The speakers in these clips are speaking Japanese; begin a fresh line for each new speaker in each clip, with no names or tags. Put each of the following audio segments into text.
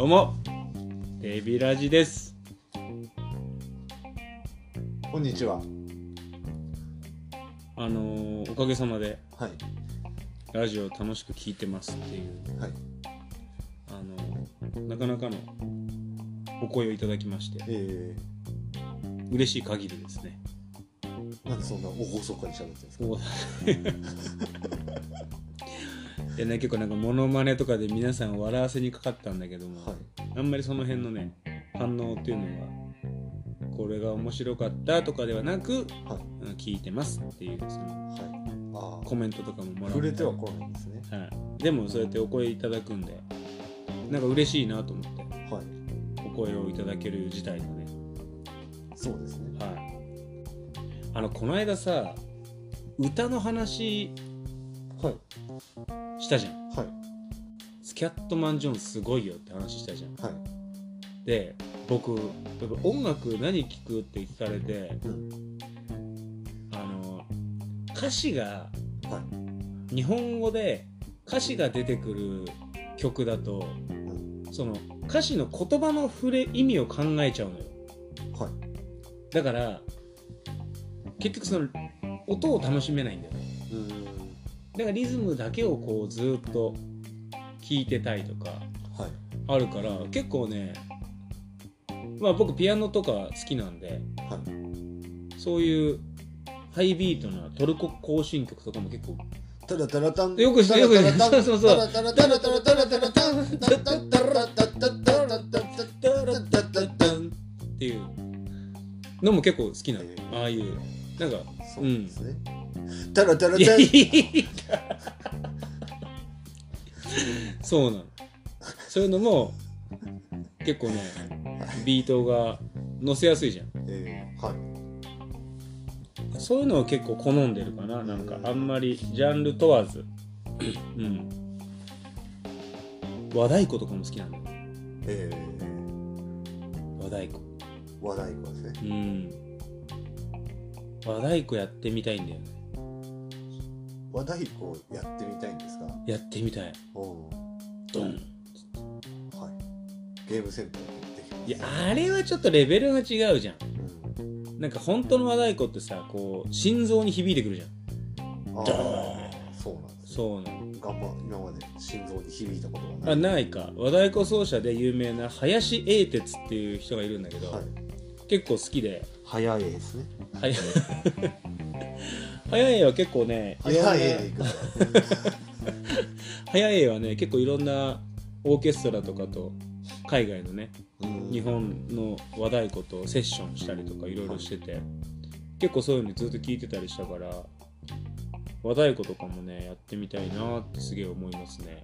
うもデビラジです
こんにちは。
あのーおかげさまで
はい。
ラジオを楽しく聞いてますっていう
はい。
あのーなかなかのお声をいただきまして
え
嬉しい限りですね
ー、なんでそんな大ごそかに喋ってるんですか
そうでね結構なんかモノマネとかで皆さんを笑わせにかかったんだけども、
はい。
あんまりその辺のね反応っていうのがこれが面白かったとかではなく、
はい
うん聞いてますっていうその
はい。あ
コメントとかもも
あ。
ら
触れ
う
ては来ないんですね。
はい、でもそうやってお声いただくんでなんか嬉しいなと思って
はい。
お声をいただける事態だね
そうですね。
はいあのこの間さ歌の話
はい。
したじゃん
はい。
スキャットマン・ジョーンすごいよって話したじゃん
はい。
で僕やっぱ音楽何聴くって聞かれて
うん。
あの歌詞が
はい。
日本語で歌詞が出てくる曲だとその歌詞の言葉の触れ意味を考えちゃうのよ
はい。
だから結局その音を楽しめないんだよね
うーん。
だからリズムだけをこうずっと聴いてたいとか
はい。
あるから結構ねまあ僕ピアノとか好きなんで
はい。
そういうハイビートなトルコ行進曲とかも結構
タラタラタン。
よく知ってるよく知ってるそうそうそう
タラタラタラタラタラタラタン。タラタラタラタラタラタラタラタラタン。
っていうのも結構好きなの
へえ
ああいうなんか
そうなんですね。タラタラタン。
そうなのそういうのも結構ねビートが乗せやすいじゃん
えー、はい。
そういうのを結構好んでるかななんかあんまりジャンル問わずうん和太鼓とかも好きなんだよ
えー、
和太鼓
和太鼓ですね。
うん和太鼓やってみたいんだよね
和太鼓をやってみたいんですか
やってみたい
おお
ドン
ー。はい。ゲームセンターでできま
い
す。
や、あれはちょっとレベルが違うじゃん
う
なんか本当の和太鼓ってさこう心臓に響いてくるじゃん
ん、あ
ド
ーそうなんですね。
そうなの
頑張今まで心臓に響いたことがない。
あないか和太鼓奏者で有名な林英哲っていう人がいるんだけど、
はい。
結構好きで
早いですね。
はい早い絵は結構ねいろんな
早いへ行くんだ。
早い絵はね結構いろんなオーケストラとかと海外のね
うん
日本の和太鼓とセッションしたりとかいろいろしてて結構そういうのずっと聞いてたりしたから和太鼓とかもねやってみたいなってすげえ思いますね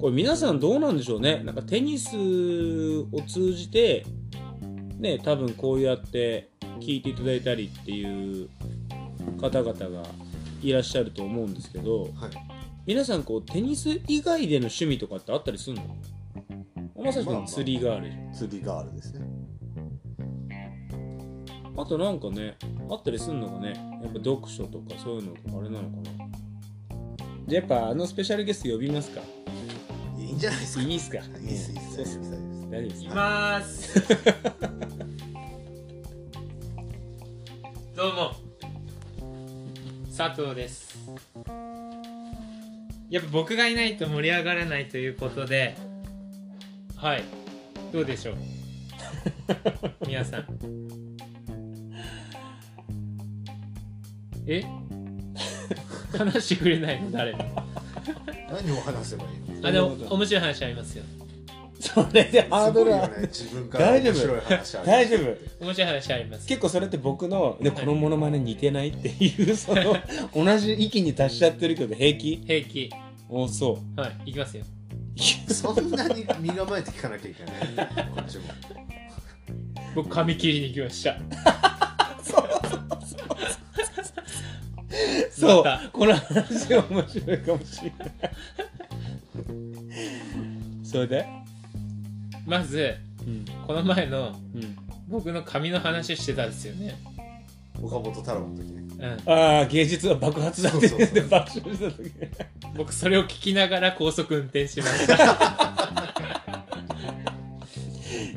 これ皆さんどうなんでしょうねなんかテニスを通じてね多分こうやって聞いていただいたりっていう方々がいらっしゃると思うんですけど
はい。
皆さんこうテニス以外での趣味とかってあったりするのまさしく釣りがあるじゃん
釣りガールですね。
あとなんかね、あったりすんのかね、やっぱ読書とかそういうのとかあれなのかな。じゃあやっぱあのスペシャルゲスト呼びますか
いいんじゃないですか。
いいっすかい
いいですいいです。
そうっす
いいです
大丈夫です
い
か
まー す。どうも。佐藤です。やっぱ僕がいないと盛り上がらないということで。はい。どうでし ょう。皆さん。 え。話してくれないの誰。あ、
何を話せばいいの。
でも面白い話ありますよ。
それでハードル
すごいよね。自分から面白い話ある。
大丈夫
面白い話あります。
結構それって僕の、でこのモノマネ似てないっていう、その、同じ域に達しちゃってるけど平気
平気。
お そ
はい、いきますよ。
う。
そんなに身構えて聞かなきゃいけない。こっちも。
僕髪切りに行きました。
そう
また、
この話面白いかもしれない。それで
まず
うん。
この前の
うん。
僕の髪の話してたんですよね。
岡本太郎の時ね。
うん、
ああ、芸術は爆発だって
そうそうそう
で 爆笑した時
僕それを聞きながら高速運転しました。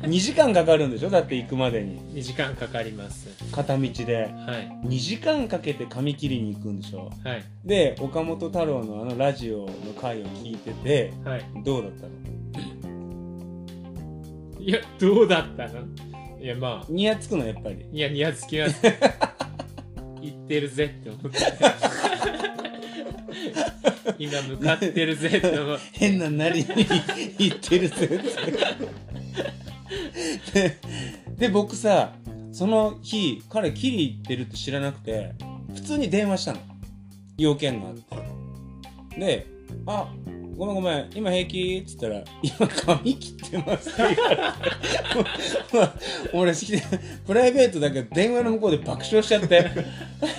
2時間かかるんでしょだって行くまでに
2時間かかります
片道で
はい
2時間かけて髪切りに行くんでしょ
はい
で岡本太郎のあのラジオの回を聞いてて
はい
どうだったの
いやどうだったのいやまあ
ニヤつくのやっぱり
いや宮月は 行ってるぜって思って今向かってるぜって思う
変ななりに言ってるぜってで で僕さその日彼キリ行ってるって知らなくて普通に電話したの要件があってで「あごめんごめん今平気?」っつったら「今髪切ってます」って言われて もう俺プライベートだけど電話の向こうで爆笑しちゃって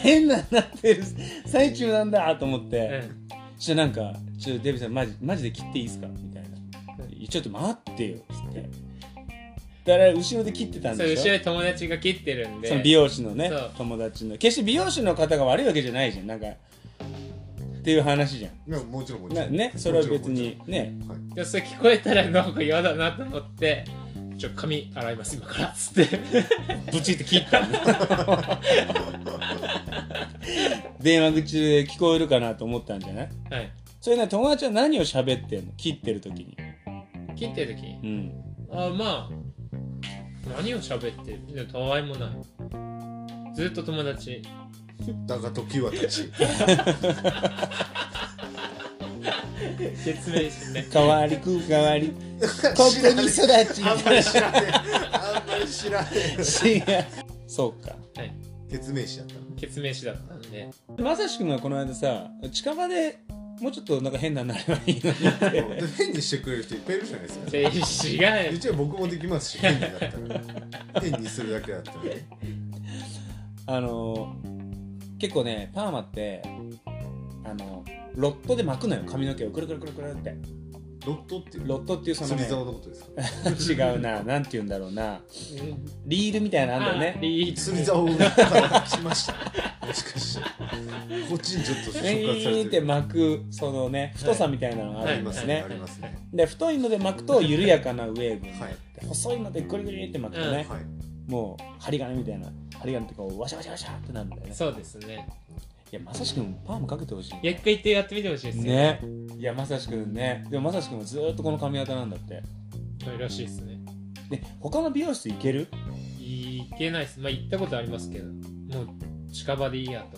変ななってる最中なんだと思って。
うん
じゃなんか「ちょデビさんマジマジで切っていいですか?」みたいな「ちょっと待ってよ」っつってだから後ろで切ってたん
そう
で
後
し
ろ
ょ
に友達が切ってるんで
その美容師のね
そう
友達の決して美容師の方が悪いわけじゃないじゃんなんかっていう話じゃん
いやもちろんもちろ
なんねそれは別にね
はい
でそれ聞こえたらなんか嫌だなと思って「ちょ髪洗います今から」っつって
ブチって切ったの 電話口で聞こえるかなと思ったんじゃない
はい
それね友達は何を喋ってんの切ってる時に
切ってる時
うん
あまあ何を喋ってるでもたわいもないずっと友達
だが時は経ち
説明してね
変わり食う変わりここ
知らね
に育ち
えあんまり知らねえあんまり知らねえ
違う そうか
はい
決明しちゃったの
決明しだったんで
まさしくんがこの間さ近場でもうちょっとなんか変なのあればいいのにっ て
で変にしてくれる人いっぱいいるじゃないですか
で違う
一応僕もできますし変にだったら変にするだけだったらね
あの結構ねパーマってあのロットで巻くのよ髪の毛をくるくるくるくるって
ロットっていう
ロットっていうその、
釣り
ね、
竿のことですか
違うななんて言うんだろうなリールみたい なのあんだよね
リー
釣り竿から来ましたもしかしてこっちにちょっと
ウィ
触発さ
ーン
れ
ってて
る
巻くそのね太さみたいなのがあ
あ
る
り
んで
ますす
ね、
ねありますね
で太いので巻くと緩やかなウェーブになっ
はい
て細いのでぐりぐりって巻くとね、
うん
はい
もう針金みたいな針金ってこうワシャワシャワシャってなるんだよね
そうですね
いやまさしくんパーマかけてほしい
いや一回行ってやってみてほしいですよ
ねいやまさしくんねでもまさしくんはずーっとこの髪型なんだって
そうらしいですね
で他の美容室行ける
行けないですまあ行ったことありますけどもう近場でいいやと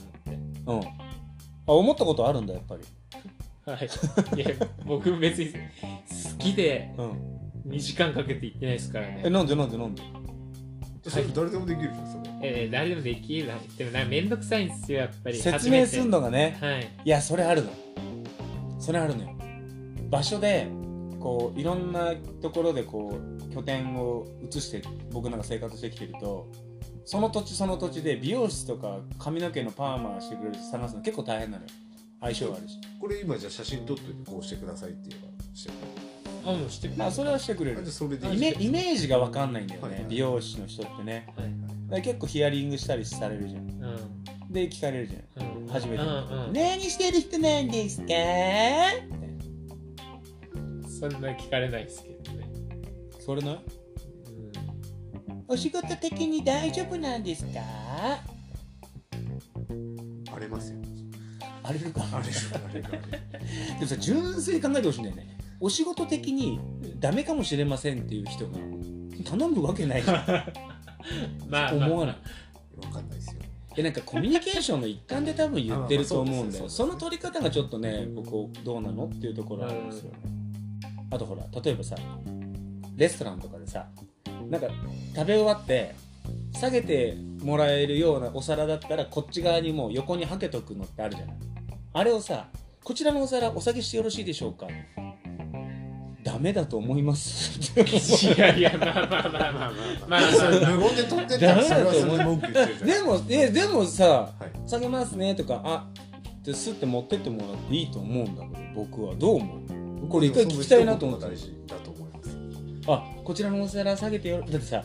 思っ
う
て
んあ思ったことあるんだやっぱり
はい。いや、僕別に好きで
うん
2時間かけて行ってないですから
え
ね。
なんでなんでなんで
それ誰でもできるじゃんそれ
えー、誰でもできるな。でもな、めんどくさいんですよ、やっぱり。
説明すんのがね
初めて。
いやそれあるのそれあるのよ場所でこういろんなところでこう拠点を移して僕なんか生活してきてるとその土地その土地で美容室とか髪の毛のパーマしてくれる人探すの結構大変なのよ相性があるし
これ今じゃあ写真撮っといてこうしてくださいって言えばしてくれ
はい。あ、もうしてくれ
まあそれはしてくれ
るあ
る
じゃあそれでい
イ
い
メイメージが分かんないんだよ
はい
ね美容師の人ってね
はい。
だから結構ヒアリングしたりされるじゃん
うん。
で聞かれるじゃん
うん。
初めて
うん
「何してる人なんですか?」
うん。そんな聞かれないですけどね。
それな
うん。
お仕事的に大丈夫なんですか
荒れますよ
あれか
荒れる荒れる荒れる
でもさ純粋に考えてほしいんだよねお仕事的にダメかもしれませんっていう人が頼むわけないじゃん
ま あ、まあ、
思わない
わかんないですよ
でなんかコミュニケーションの一環で多分言ってると思うんだ
あまあま
よ
あ
そ
そう
の
ですね
取り方がちょっとね僕どうなのっていうところあるんですよねあとほら例えばさレストランとかでさなんか食べ終わって下げてもらえるようなお皿だったらこっち側にもう横にはけとくのってあるじゃないあれをさこちらのお皿お下げしてよろしいでしょうかダメだと思いますって思う
いやいや、まあまあまあまあ。まあまあ
それ無言で撮ってたらそれはそれで文句言ってるじゃん
でもえでもさ
はい
「下げますね」とか「あってすって持ってってもらっていいと思うんだけど僕はどう思うこれ一回聞きたいなと思った
その一言が大事だと思います
あこちらのお皿下げてよだってさ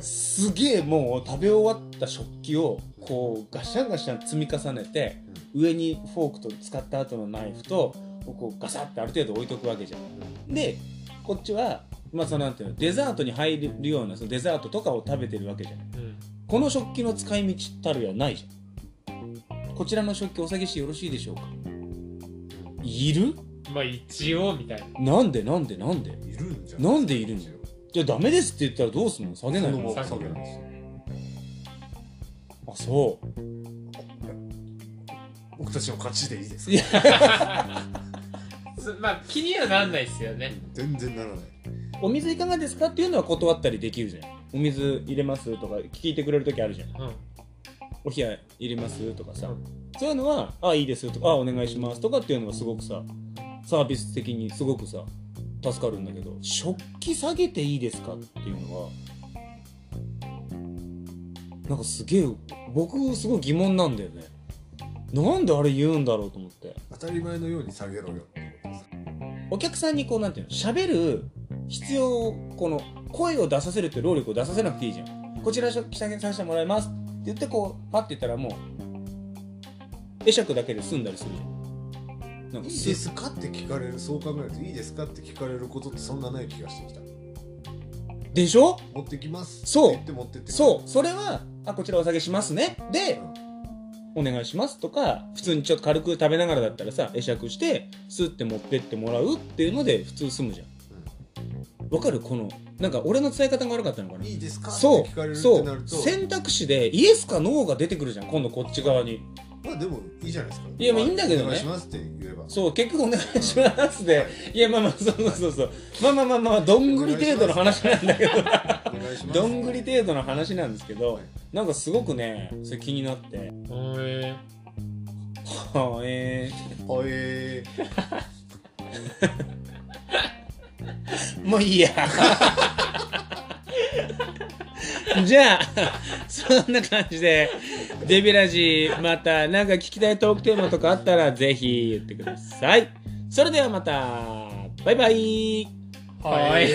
すげえもう食べ終わった食器をこうガシャンガシャン積み重ねて上にフォークと使った後のナイフとこうガサッてある程度置いとくわけじゃんでこっちはまあそのなんていうのデザートに入るようなそのデザートとかを食べてるわけじゃない
うん
この食器の使い道たるやないじゃんこちらの食器お下げしてよろしいでしょうかいる
まあ一応みたいな
なんでなんでなんで
いるんじゃ
なんでいるんだよじゃあダメですって言ったらどうすんの下げない
その
の
まま下げないですよ
あそう
僕たちの勝ちでいいです
いや
そまあ気にはなんないですよね
全然ならない
お水いかがですかっていうのは断ったりできるじゃんお水入れますとか聞いてくれる時あるじゃん
うん
お冷や入れますとかさ、
うん
そういうのは「あいいです」とか「あお願いします」とかっていうのはすごくさサービス的にすごくさ助かるんだけど食器下げていいですかっていうのはなんかすげえ僕すごい疑問なんだよねなんであれ言うんだろうと思って
当たり前のように下げろよっていうことです
お客さんにこうなんていうの喋る必要をこの声を出させるって労力を出させなくていいじゃんこちら食器下げさせてもらいますって言ってこうパッて言ったらもう会釈だけで済んだりするじゃんな
い
んか
い
す
ですかって聞かれるそう考えるといいですかって聞かれることってそんなない気がしてきた
でしょ
持ってきます
そう
って言って持ってって
そうそれはあこちらお下げしますねで
うん
お願いしますとか普通にちょっと軽く食べながらだったらさ会釈してスッて持ってってもらうっていうので普通済むじゃんわかるこのなんか俺の伝え方が悪かったのかない
いですかって
そ
聞かれ
う
るっ
そ
てなる
う
と
選択肢でイエスかノーが出てくるじゃん今度こっち側に
まあでもいいじゃないですか
いやまあいいんだけど
お
ね
願いしますって言えば
そう結局お願いしますで、い、やまあまあそうそうそうそうまあまあまあまあどんぐり程度の話なんだけ
お
ど
願いします
どんぐり程度の話なんですけど、
はい
なんかすごくねそれ気になって
へ
はあえ
おえー
ー、もういいやじゃあそんな感じでデビラジまたなんか聞きたいトークテーマとかあったらぜひ言ってくださいそれではまたバイバイ
はい